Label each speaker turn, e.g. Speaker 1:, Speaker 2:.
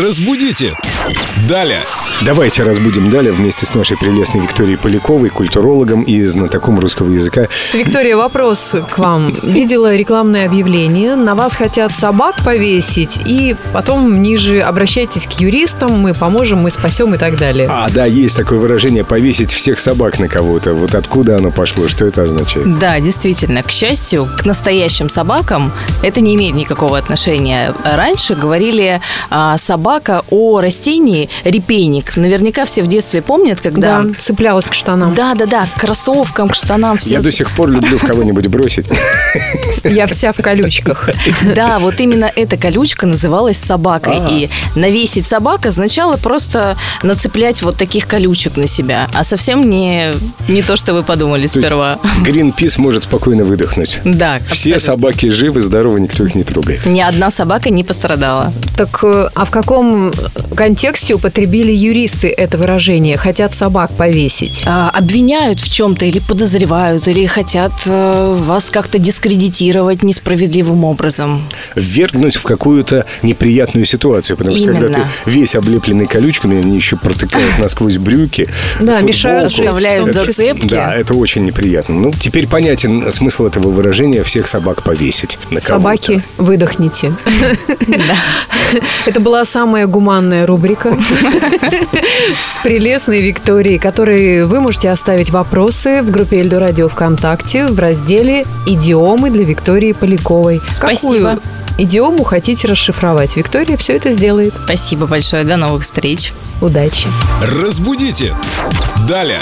Speaker 1: Разбудите! Далее!
Speaker 2: Давайте разбудим Даля вместе с нашей прелестной Викторией Поляковой, культурологом и знатоком русского языка.
Speaker 3: Виктория, вопрос к вам. Видела рекламное объявление. На вас хотят собак повесить, и потом ниже обращайтесь к юристам, мы поможем, мы спасем и так далее.
Speaker 2: А, да, есть такое выражение «повесить всех собак на кого-то». Вот откуда оно пошло, что это означает?
Speaker 4: Да, действительно, к счастью, к настоящим собакам это не имеет никакого отношения. Раньше говорили а, собака о растении репейник. Наверняка все в детстве помнят, когда...
Speaker 3: Да, цеплялась к штанам.
Speaker 4: да, да, да, к кроссовкам, к штанам. все
Speaker 2: Я
Speaker 4: вот
Speaker 2: до сих пор люблю в кого-нибудь бросить.
Speaker 3: Я вся в колючках.
Speaker 4: Да, вот именно эта колючка называлась собакой. И навесить собак означало просто нацеплять вот таких колючек на себя. А совсем не, не то, что вы подумали
Speaker 2: То есть
Speaker 4: сперва.
Speaker 2: Гринпис может спокойно выдохнуть.
Speaker 4: Да,
Speaker 2: Все
Speaker 4: Ну, абсолютно.
Speaker 2: собаки живы, здоровы, никто их не трогает.
Speaker 4: Ни одна собака не пострадала.
Speaker 3: Так, э, а в каком контексте употребили юристы это выражение? Хотят собак повесить.
Speaker 4: А, обвиняют в чем-то или подозревают, или хотят э, вас как-то дискредитировать несправедливым образом.
Speaker 2: Ввергнуть в какую-то неприятную ситуацию, потому что когда
Speaker 4: Именно.
Speaker 2: ты весь облепленный колючками, они еще протыкают насквозь брюки,
Speaker 3: Да,
Speaker 2: футболку.
Speaker 3: мешают жить.
Speaker 4: Оставляют
Speaker 3: в том числе.
Speaker 4: зацепки.
Speaker 2: Да, это очень неприятно. Ну, теперь понятен смысл этого выражения «всех собак повесить». на кого-то.
Speaker 3: Собаки, выдохните. Это была самая гуманная рубрика с прелестной Викторией, которой вы можете оставить вопросы в группе Эльдо Радио ВКонтакте в разделе «Идиомы для Виктории Поляковой».
Speaker 4: Спасибо.
Speaker 3: Какую идиому хотите расшифровать? Виктория все это сделает.
Speaker 4: Спасибо большое, до новых встреч.
Speaker 3: Удачи!
Speaker 1: Разбудите! Далее!